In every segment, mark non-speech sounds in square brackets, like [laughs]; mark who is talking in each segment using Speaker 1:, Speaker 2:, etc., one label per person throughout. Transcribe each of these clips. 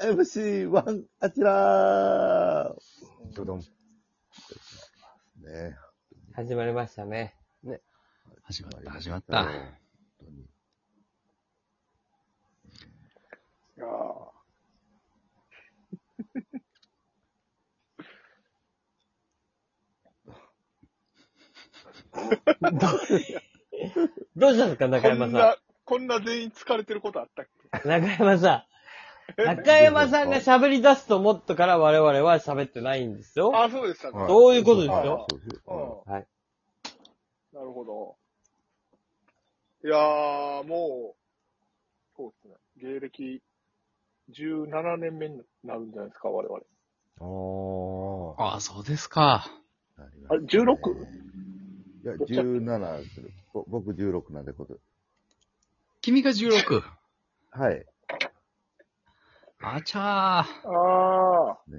Speaker 1: MC1 あちら
Speaker 2: どどん。
Speaker 1: ーね
Speaker 3: 始まりましたね。
Speaker 2: 始まった、始まった。
Speaker 1: 本当に。
Speaker 3: どうしたんですか、中
Speaker 4: こ
Speaker 3: 山
Speaker 4: ん
Speaker 3: さ
Speaker 4: な、こんな全員疲れてることあったっけ
Speaker 3: ん。中山さん。中山さんが喋り出すと思ったから我々は喋ってないんですよ。
Speaker 4: あ、そうでしたか。
Speaker 2: はい
Speaker 4: うん。
Speaker 3: そういうことですよ。
Speaker 1: そうですよ
Speaker 4: は
Speaker 3: はい。
Speaker 4: い。なるほど。いやー、もう、そうですね。芸歴17年目になるんじゃないですか、我々。
Speaker 5: おー。
Speaker 2: ああ、そうですか。
Speaker 1: なりま
Speaker 4: あれ、
Speaker 1: したね
Speaker 4: 16?
Speaker 1: いや、17する。ぼ僕16なんでこと。
Speaker 2: 君が16。
Speaker 1: はい。
Speaker 2: あちゃー。
Speaker 4: あ
Speaker 1: ね
Speaker 4: ー、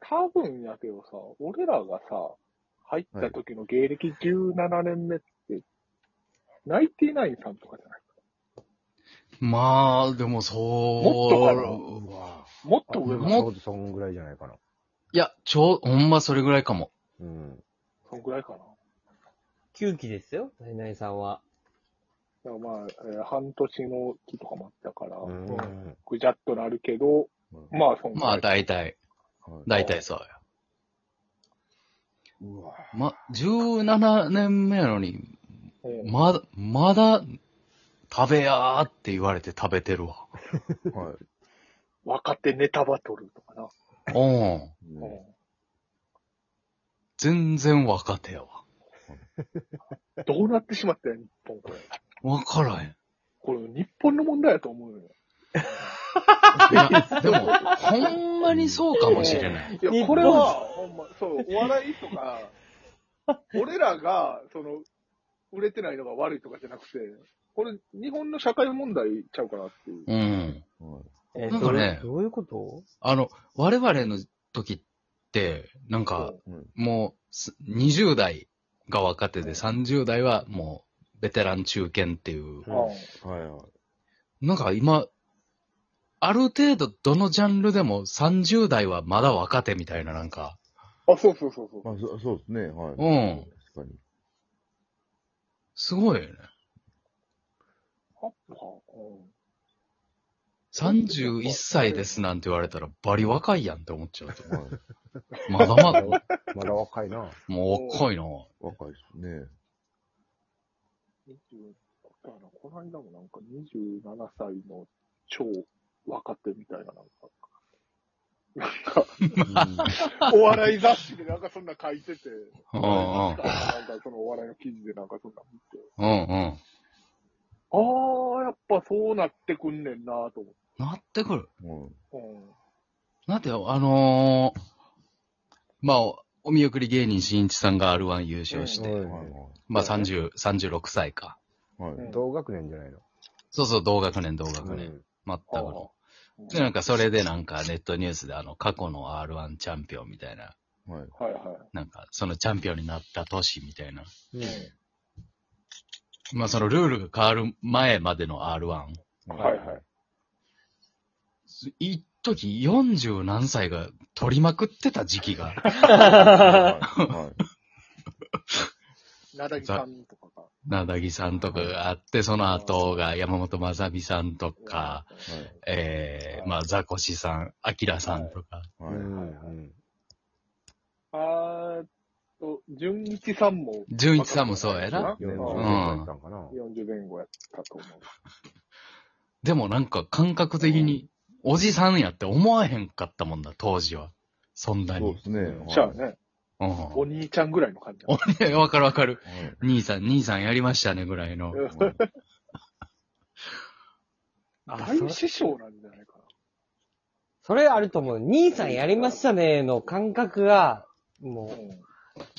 Speaker 4: 多分やけどさ、俺らがさ、入った時の芸歴17年目って、ナインティナインさんとかじゃない
Speaker 2: まあ、でも
Speaker 4: も
Speaker 2: そう。
Speaker 4: もっ
Speaker 5: あ
Speaker 4: と上
Speaker 2: も
Speaker 4: が、
Speaker 2: っ
Speaker 5: ちょうどそんぐらいじゃないかな。
Speaker 2: いや、ちょう、ほんまそれぐらいかも。
Speaker 5: うん。
Speaker 4: そんぐらいかな。
Speaker 3: 9期ですよ、何々さんは。
Speaker 4: だからまあ、えー半年の期とかもあったから、
Speaker 5: うん
Speaker 4: うんぐじゃっとなるけど、
Speaker 1: え。
Speaker 4: まあ、そん
Speaker 2: まあ、
Speaker 4: だ
Speaker 2: 大体、
Speaker 1: だ
Speaker 2: 大体そうや。ま、17年目やのに、まだ、まだ、食べやーって言われて食べてるわ。
Speaker 1: は
Speaker 4: 若手ネタバトルとかな。
Speaker 2: うん。
Speaker 1: い。
Speaker 4: うん
Speaker 1: ね
Speaker 2: 全然若手やわ。
Speaker 4: どうなってしまったよ、日本、これ。
Speaker 2: わからへん。
Speaker 4: これ、日本の問題やと思うよ。
Speaker 2: いや、でも、ほんまにそうかもしれない。
Speaker 4: いや、これは、ほんま、そう、お笑いとか、 [laughs] 俺らが、その、売れてないのが悪いとかじゃなくて、これ、日本の社会問題ちゃうかなっていう。
Speaker 2: うん。
Speaker 1: はい
Speaker 3: え
Speaker 2: なんかね
Speaker 3: どうどういうこと
Speaker 2: あの、我々の時って、なんか、
Speaker 1: うん
Speaker 2: もうす、20代が若手で、30代はもう、ベテラン中堅っていう。
Speaker 3: うん
Speaker 1: はいはい。
Speaker 2: なんか今、ある程度どのジャンルでも30代はまだ若手みたいな、なんか、
Speaker 4: あ、そうそうそうそう。
Speaker 1: まあ、そそうですね。はい。
Speaker 2: うん。
Speaker 1: 確かに。
Speaker 2: すごいよね。
Speaker 4: あうん
Speaker 2: 31歳ですなんて言われたら、バリ若いやんって思っ
Speaker 1: [laughs]
Speaker 2: ちゃうと思
Speaker 1: はい、
Speaker 2: う。まだまだ、
Speaker 5: まだ若いな。
Speaker 2: もう若いな。
Speaker 1: 若いですね。
Speaker 4: 20だからこの間もなんか27歳の超若手みたいな、なんか、なんか、お笑い雑誌でなんかそんな書いてて、
Speaker 2: [laughs] うん
Speaker 4: なんかそのお笑いの記事でなんかそんな見て、
Speaker 2: うん。うんうん。
Speaker 4: あー、やっぱそうなってくんねんなと思って。
Speaker 2: なってくる。
Speaker 1: うん。
Speaker 4: うん
Speaker 2: なんてよ、あのー、まあ、お見送り芸人しんいちさんが R1 優勝して、
Speaker 5: うん
Speaker 1: はい
Speaker 2: まあ
Speaker 4: そうね
Speaker 2: 30、36歳か。
Speaker 1: はい。はい。
Speaker 5: 同学年じゃないの。
Speaker 2: そうそう、同学年、同学年。全くの。で、なんかそれでなんかネットニュースであの、過去の R1 チャンピオンみたいな、
Speaker 1: はい。
Speaker 4: はいは
Speaker 2: なんかそのチャンピオンになった年みたいな。
Speaker 5: うん。
Speaker 2: まあそのルールが変わる前までの R1。
Speaker 4: い。はいはい。
Speaker 2: 一時40何歳が取りまくってた時
Speaker 5: [laughs]
Speaker 2: 期が。
Speaker 1: は
Speaker 4: なだぎさんとかが。
Speaker 2: なだぎさんとかがあって、その後が山本まさみさんとか、えー、まあ、ザコシさん、アキラさんとか、
Speaker 1: い。
Speaker 5: う
Speaker 1: はい。はい。
Speaker 5: ん。
Speaker 4: あーっと、純一さんも
Speaker 2: 純一さんもそうやな。
Speaker 5: 40年
Speaker 4: うん
Speaker 5: だったんかな。
Speaker 4: 40前後やったと思う。
Speaker 2: でもなんか感覚的に、おじさんやって思わへんかったもんだ、当時は。そんな
Speaker 1: そう
Speaker 2: に
Speaker 1: で。すね。
Speaker 4: じゃあね、
Speaker 2: うん。
Speaker 4: お兄ちゃんぐらいの感じだ
Speaker 2: おわかるわかる。
Speaker 1: はい。
Speaker 2: 兄さん、兄さんやりましたね、ぐらいの。
Speaker 3: あ
Speaker 4: 大師匠なんじゃないか
Speaker 3: それあると思う。兄さんやりましたねの感覚が、
Speaker 4: な。
Speaker 3: も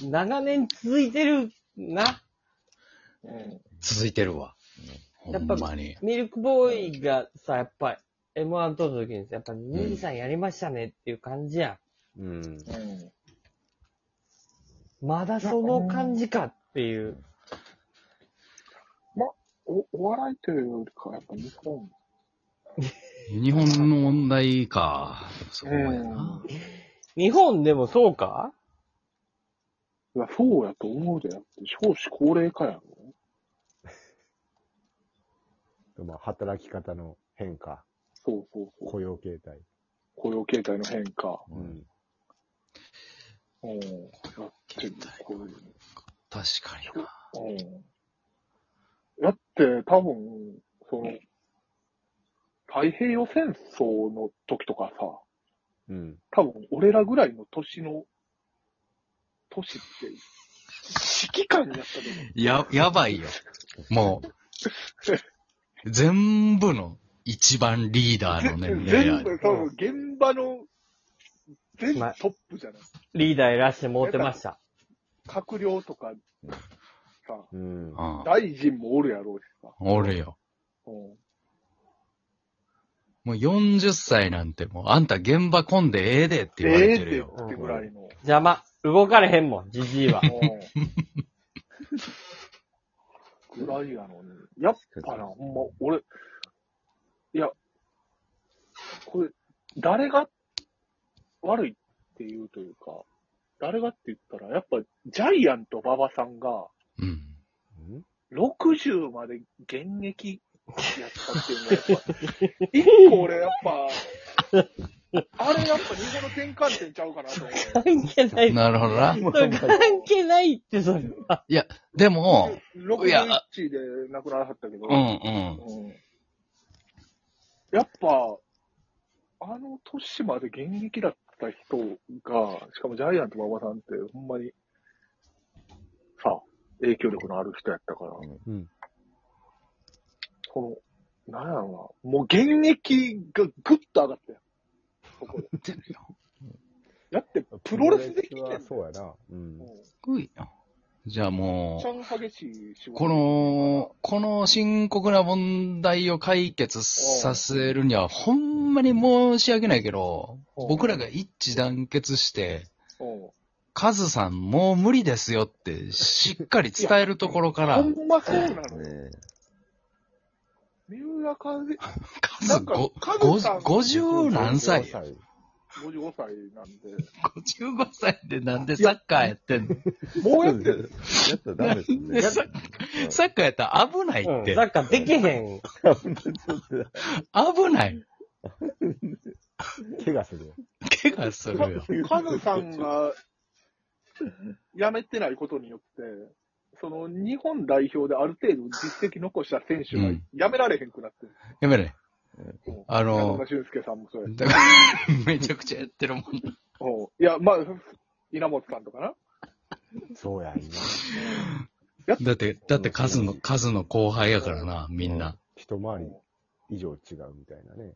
Speaker 4: うん
Speaker 3: う、長年続いてるな。
Speaker 4: うん
Speaker 2: 続いてるわ。ほ
Speaker 3: やっ
Speaker 2: ん
Speaker 3: ぱ
Speaker 2: まに。
Speaker 3: ミルクボーイがさ、やっぱり、M1 撮るときにさ、やっぱ兄さんやりましたねっていう感じや。
Speaker 5: うん。
Speaker 4: うん
Speaker 3: まだその感じかっていう。
Speaker 4: おお笑いというよりか、やっぱ日本。
Speaker 2: 日本の問題か。そこまでな。
Speaker 3: 日本でもそうか
Speaker 4: いや、そうやと思うでやって、少子高齢化やろ。
Speaker 5: [laughs] まあ、働き方の変化、
Speaker 4: そうそうそう。
Speaker 5: 雇用形態。
Speaker 4: 雇用形態の変化。
Speaker 1: うん
Speaker 4: うん。やってるこれ
Speaker 2: 確かにな。
Speaker 4: うん。だって、多分、その、太平洋戦争の時とかさ、
Speaker 5: うん。
Speaker 4: 多分、俺らぐらいの年の、年って、指揮官になったで
Speaker 2: や、やばいよ。もう、全部の一番リーダーのね、
Speaker 4: も、
Speaker 2: いやいや
Speaker 4: 全部、多分、現場の、全部トップじゃない。
Speaker 3: リーダーいらしてもうてました。
Speaker 4: 閣僚とか、さ、
Speaker 5: うん。
Speaker 2: うん
Speaker 4: 大臣もおるやろうしさ。
Speaker 2: 俺よ。
Speaker 4: うん
Speaker 2: もう40歳なんてもう、あんた現場混んでええでって言わ
Speaker 4: ええ
Speaker 2: れ
Speaker 4: って
Speaker 2: るよ。
Speaker 4: てぐらいの。
Speaker 3: 邪魔。動かれへんもん、じじい [laughs] は。
Speaker 4: ぐらいやのに。やっぱな、ほんま、俺、いや、これ、誰が悪いっていうというか、誰がって言ったら、やっぱジャイアント馬場さんが
Speaker 2: うん。
Speaker 5: うん
Speaker 4: 60まで現役やったっていうのはやっぱ、
Speaker 2: [laughs]
Speaker 4: 一個俺やっぱ、あれやっぱ日本の転換点ちゃうかなと思
Speaker 3: 関
Speaker 4: う。
Speaker 3: 係ない。
Speaker 2: なるほどな。
Speaker 3: 関係ないって、それは。
Speaker 2: でも、いや
Speaker 4: 61で亡くならはったけど、
Speaker 2: うんうん。
Speaker 4: うんやっぱ、あの年まで現役だった人が、しかもジャイアント馬場さんって、ほんまに、さあ、影響力のある人やったから、
Speaker 5: うん。
Speaker 4: その、なんやろな、もう現役がぐっと上がったよ。そこで。だって、プロレスできてん
Speaker 5: プロレ
Speaker 4: の
Speaker 5: スはそうやな。うん。
Speaker 4: う
Speaker 2: ういなじゃあ
Speaker 4: ん。ちゃ
Speaker 2: も
Speaker 4: ん激しい仕
Speaker 2: う、
Speaker 4: 事。
Speaker 2: この、この深刻な問題を解決させるには、ほんまに申し訳ないけど、
Speaker 4: うん
Speaker 2: 僕らが一致団結して、
Speaker 4: うん、
Speaker 2: カズさんもう無理ですよって、しっかり伝えるところから
Speaker 4: ほ、んまそうなのよ。
Speaker 1: ね
Speaker 4: 三浦和也
Speaker 2: カ
Speaker 4: な
Speaker 2: ズ
Speaker 4: んか
Speaker 2: ご、
Speaker 4: カ
Speaker 2: ご
Speaker 4: ズさん
Speaker 2: 五十何歳
Speaker 5: 55
Speaker 4: 55歳なんで。
Speaker 2: 55歳でなんでサッカーやってんの
Speaker 4: もう
Speaker 1: や
Speaker 4: やっ
Speaker 1: って
Speaker 4: る。
Speaker 1: たらダメですね。
Speaker 2: やっサッカーやったら危ない
Speaker 3: うん
Speaker 2: っ、て。
Speaker 3: サッカーできへん。
Speaker 2: 危ない。
Speaker 5: 怪我する。
Speaker 2: 怪我するよ。
Speaker 4: カズさんが辞めてないことによって、その日本代表である程度実績残した選手が
Speaker 2: うん
Speaker 4: 辞められへんくなってる。
Speaker 2: やめれ。あ
Speaker 4: 中
Speaker 2: の
Speaker 4: 村、俊介さんもそうや
Speaker 2: だから [laughs] めちゃくちゃやってるもん。
Speaker 4: おういや、まあ、稲本さんとかな。
Speaker 5: そうやんな。
Speaker 2: だって、だって数の、数の後輩やからな、みんな。
Speaker 5: 一回り以上違うみたいなね。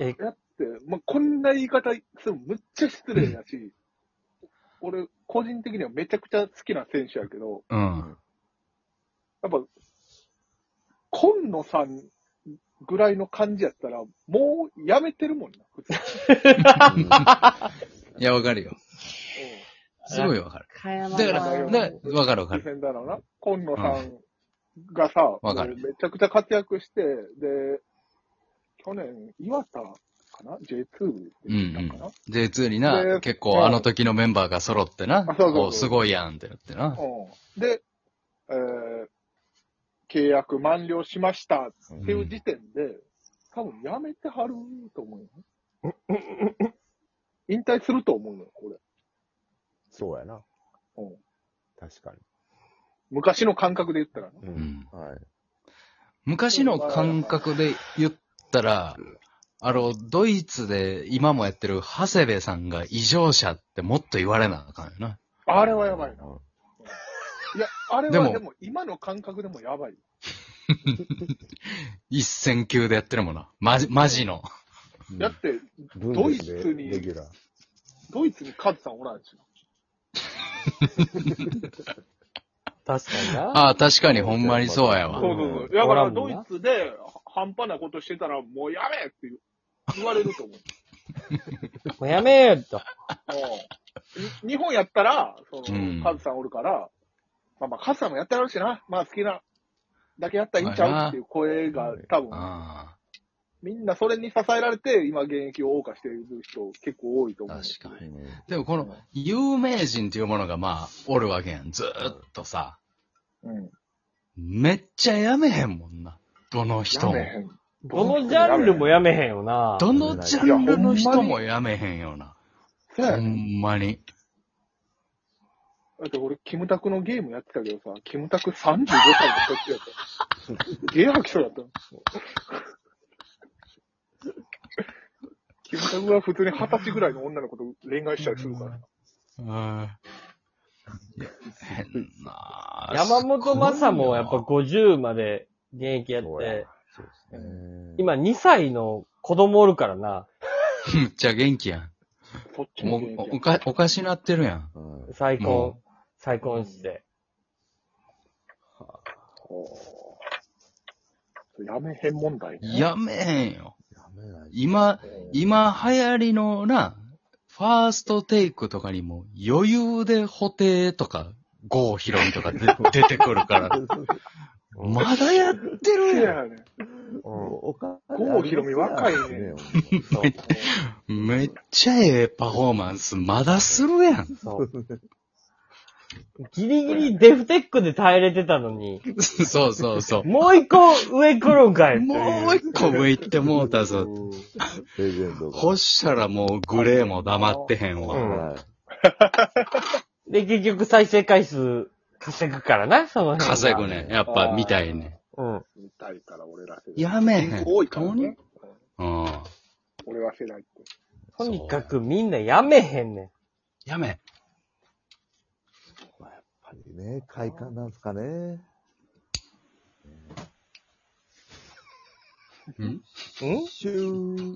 Speaker 3: え、
Speaker 4: やって、まあ、こんな言い方するのむっちゃ失礼だし、俺、個人的にはめちゃくちゃ好きな選手やけど、
Speaker 2: うん。
Speaker 4: やっぱ、今野さんぐらいの感じやったら、もう辞めてるもんな、普通。
Speaker 2: いや、わかるよ。
Speaker 4: うん
Speaker 2: すごいわかる。
Speaker 3: かや
Speaker 2: だ
Speaker 3: ま
Speaker 2: から、
Speaker 4: うん
Speaker 2: だわかるわかる。
Speaker 4: ディフェンダーのな、今野さんがさ、もう
Speaker 2: わかる
Speaker 4: めちゃくちゃ活躍して、で、去年、岩田かな ?J2
Speaker 2: うんう
Speaker 4: でなんかな、。
Speaker 2: J2 にな、
Speaker 4: で
Speaker 2: 結
Speaker 4: うん
Speaker 2: 構あの時のメンバーが揃ってな、
Speaker 4: あそうそうそう
Speaker 2: おすごいやんってなってな。
Speaker 4: うんで、えー契約満了しましたっていう時点で、多分やめてはると思うよ。引退すると思うのよ、これ。
Speaker 5: そうやな。
Speaker 4: うん
Speaker 5: 確か
Speaker 4: 昔の感覚で言ったらね。
Speaker 5: に。う。
Speaker 2: うんん。
Speaker 1: はい。
Speaker 2: 昔の感覚で言ったら、あの、ドイツで今もやってる長谷部さんが異常者ってもっと言われなあかんよな。
Speaker 4: あれはやばいな。
Speaker 1: うん
Speaker 4: いや、あれ
Speaker 2: で
Speaker 4: は
Speaker 2: も
Speaker 4: でも今の感覚でもやばい。
Speaker 2: 一戦級でやってるもんな。マジ、マジの。
Speaker 5: うん
Speaker 4: だって、
Speaker 5: ブン
Speaker 4: ド
Speaker 5: デ
Speaker 4: イ
Speaker 5: ス
Speaker 4: ツ
Speaker 5: で
Speaker 4: に
Speaker 5: レギュラー。
Speaker 4: ドイツにカズさんおらんしな。
Speaker 3: 確かにな。
Speaker 2: ああ、確かにほんまにそうや
Speaker 1: あ
Speaker 2: わ。
Speaker 4: そうそうそう。
Speaker 3: うん
Speaker 4: だ
Speaker 3: お
Speaker 4: からら、
Speaker 3: んも
Speaker 4: ド
Speaker 3: ん
Speaker 4: イ
Speaker 3: な
Speaker 4: ツで半端なことしてたら、もうやめっていう言われると思う。
Speaker 3: もうやめよと。
Speaker 4: うんに日本やったら、そ
Speaker 2: うん
Speaker 4: の、カズさんおるから、まあまあ、カズさんもやってやるしな。まあ、好きなだけやったらいいんち
Speaker 2: そうや
Speaker 4: ゃ
Speaker 2: な
Speaker 4: うっていう声が多分
Speaker 2: あ
Speaker 4: みんなそれに支えられて、今現役を謳歌している人結構多いと思う。
Speaker 2: 確かに。
Speaker 1: うん
Speaker 2: でもこの有名人っていうものがまあ、おるわけやん。ずーっとさ。
Speaker 4: うん。
Speaker 2: めっちゃやめへんもんな。どの人も
Speaker 4: やめ。へん。
Speaker 3: どのジャンルもやめへんよな。
Speaker 2: どのジャンルの人もやめへんよな。
Speaker 4: そうや
Speaker 2: ほ
Speaker 4: ねん
Speaker 2: んまに。
Speaker 4: だって俺、キムタクのゲームやってたけどさ、キムタク35歳の時やった。ゲー吐きそうだ
Speaker 2: [laughs]
Speaker 4: ったの。キムタクは普通に二十歳ぐらいの女の子と恋愛したりするから。
Speaker 2: うん。いや変な
Speaker 3: 山本昌もやっぱ
Speaker 2: す
Speaker 3: 50まで現役やっ
Speaker 5: そうや
Speaker 3: て、
Speaker 5: そうですね。
Speaker 3: 今2歳の子供おるからな。
Speaker 2: ごいなめっちゃ元気やん。
Speaker 4: そっち
Speaker 2: もう
Speaker 4: も元気
Speaker 2: おか、おかしなってるやん。
Speaker 5: うん
Speaker 3: 再
Speaker 2: う
Speaker 3: 婚、再婚して。
Speaker 4: ややめへん問題ね。
Speaker 2: やめへんよ。
Speaker 5: やめない。
Speaker 2: 今、今流行りのな、ファーストテイクとかにも余裕で補定とか、郷ひろみとか
Speaker 4: [laughs]
Speaker 2: で出てくるから。まだやって
Speaker 4: い
Speaker 2: るやん。
Speaker 4: やね。
Speaker 1: お金
Speaker 4: 郷ひろみ若いね
Speaker 1: あります
Speaker 3: そう。
Speaker 2: めっちゃええパフォーマンス、まだするやん。
Speaker 3: そう。ギリギリデフテックで耐えれてたのに、
Speaker 2: そうそうそ
Speaker 3: もう一個上来るんか
Speaker 2: う。
Speaker 3: いっていう
Speaker 2: もう一個上行ってもうたぞ。
Speaker 1: ねレジェンドが。
Speaker 2: ほしたらもうグレーも黙ってへん
Speaker 3: う
Speaker 2: わ。
Speaker 3: ん
Speaker 1: はい。
Speaker 3: で、結局再生回数稼ぐからな、その辺が。
Speaker 2: 稼ぐね。やっぱ見たいね。
Speaker 3: うん。
Speaker 4: 見たいから俺ら世代。
Speaker 2: やめへん。
Speaker 4: 人口多いからね。
Speaker 2: うん。
Speaker 4: 俺ら世代って。
Speaker 3: とにかくみんなやめへんねん。
Speaker 2: やめ。
Speaker 1: やっぱりね、快感なんすかね。
Speaker 2: ん
Speaker 3: うん
Speaker 1: シュー。